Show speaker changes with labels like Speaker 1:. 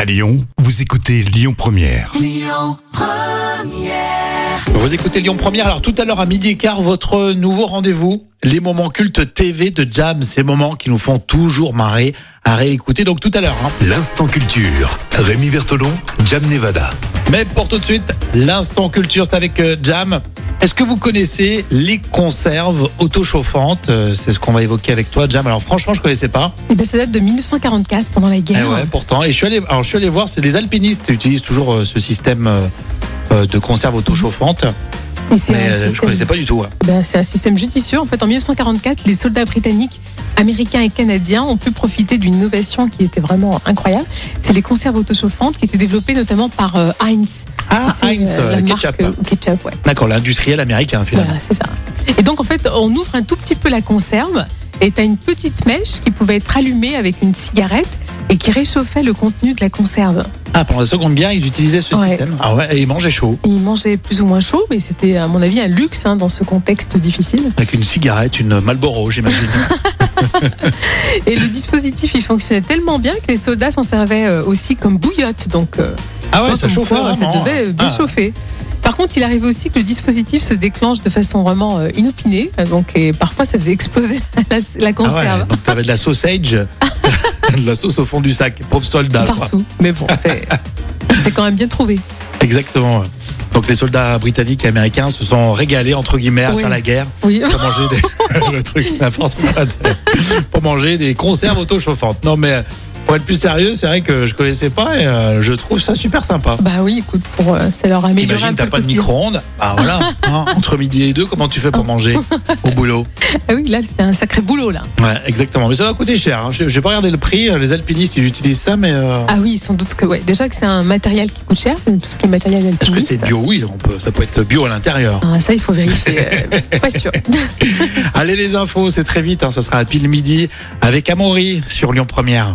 Speaker 1: À Lyon, vous écoutez Lyon Première.
Speaker 2: Vous écoutez Lyon Première. Alors tout à l'heure à midi et quart, votre nouveau rendez-vous, les moments cultes TV de Jam, ces moments qui nous font toujours marrer à réécouter. Donc tout à l'heure. hein.
Speaker 1: L'instant culture. Rémi Bertolon, Jam Nevada.
Speaker 2: Mais pour tout de suite, l'instant culture, c'est avec euh, Jam. Est-ce que vous connaissez les conserves autochauffantes Euh, C'est ce qu'on va évoquer avec toi, Jam. Alors franchement, je connaissais pas.
Speaker 3: Eh ben, ça date de 1944, pendant la
Speaker 2: Eh
Speaker 3: guerre.
Speaker 2: ouais, pourtant. Et je suis allé, alors je suis allé voir. C'est les alpinistes utilisent toujours euh, ce système euh, euh, de conserve autochauffante.
Speaker 3: Et c'est
Speaker 2: Mais
Speaker 3: un,
Speaker 2: euh, je
Speaker 3: système-
Speaker 2: connaissais pas du tout. hein.
Speaker 3: ben, c'est un système judicieux. En fait, en 1944, les soldats britanniques, américains et canadiens ont pu profiter d'une innovation qui était vraiment incroyable. C'est les conserves autochauffantes qui étaient développées notamment par euh, Heinz.
Speaker 2: Ah,
Speaker 3: C'est,
Speaker 2: Heinz,
Speaker 3: euh, la
Speaker 2: euh,
Speaker 3: marque,
Speaker 2: ketchup.
Speaker 3: euh, ketchup, ouais.
Speaker 2: D'accord, l'industriel américain finalement.
Speaker 3: Voilà, c'est ça. Et donc, en fait, on ouvre un tout petit peu la conserve et tu as une petite mèche qui pouvait être allumée avec une cigarette et qui réchauffait le contenu de la conserve.
Speaker 2: Ah, pendant la Seconde Guerre, ils utilisaient ce
Speaker 3: Ouais.
Speaker 2: système. Ah ouais, et ils mangeaient chaud,
Speaker 3: Et ils mangeaient plus ou moins chaud, mais c'était, à mon avis, un luxe hein, dans ce contexte difficile.
Speaker 2: avec une cigarette, une Marlboro, j'imagine.
Speaker 3: Et le dispositif, il fonctionnait tellement bien que les soldats s'en servaient euh, aussi comme bouillotte. Donc, euh,
Speaker 2: ah ouais,
Speaker 3: moi,
Speaker 2: ça
Speaker 3: comme
Speaker 2: chauffait
Speaker 3: quoi, ça
Speaker 2: vraiment.
Speaker 3: devait euh, bien
Speaker 2: Ah.
Speaker 3: chauffer. Par contre, il arrivait aussi que le dispositif se déclenche de façon vraiment euh, inopinée. Donc, et parfois, ça faisait exploser la, la
Speaker 2: Ah ouais,
Speaker 3: conserve
Speaker 2: donc t'avais de la sausage, de la sauce au fond du sac, pauvre soldat. quoi.
Speaker 3: partout. Mais bon, c'est c'est quand même bien trouvé.
Speaker 2: Exactement. Donc les soldats britanniques et américains se sont régalés entre guillemets à
Speaker 3: Oui.
Speaker 2: faire la guerre
Speaker 3: Oui.
Speaker 2: pour manger des le truc n'importe quoi, pour manger des conserves autochauffantes. Non mais pour être plus sérieux, c'est vrai que je connaissais pas et euh, je trouve ça super sympa.
Speaker 3: Bah oui, écoute, pour euh, ça leur améliore un
Speaker 2: Imagine,
Speaker 3: peu
Speaker 2: t'as
Speaker 3: le
Speaker 2: pas de
Speaker 3: quotidien.
Speaker 2: micro-ondes. Ah voilà, hein, entre midi et deux, comment tu fais
Speaker 3: Oh.
Speaker 2: pour manger au boulot
Speaker 3: Ah oui, là, c'est un sacré boulot là.
Speaker 2: Ouais, exactement. Mais ça doit coûter cher. hein. J'ai j'ai pas regardé le prix. euh, Les alpinistes, ils utilisent ça, mais euh,
Speaker 3: Ah oui, sans doute que ouais. Déjà que c'est un matériel qui coûte cher, tout ce qui est matériel
Speaker 2: est-ce que
Speaker 3: alpiniste.
Speaker 2: c'est bio Oui, on peut, ça peut être bio à l'intérieur.
Speaker 3: Ah, ça, il faut vérifier. euh, pas sûr.
Speaker 2: Allez, les infos, c'est très vite. hein. Ça sera à pile midi avec Amaury sur Lyon Première.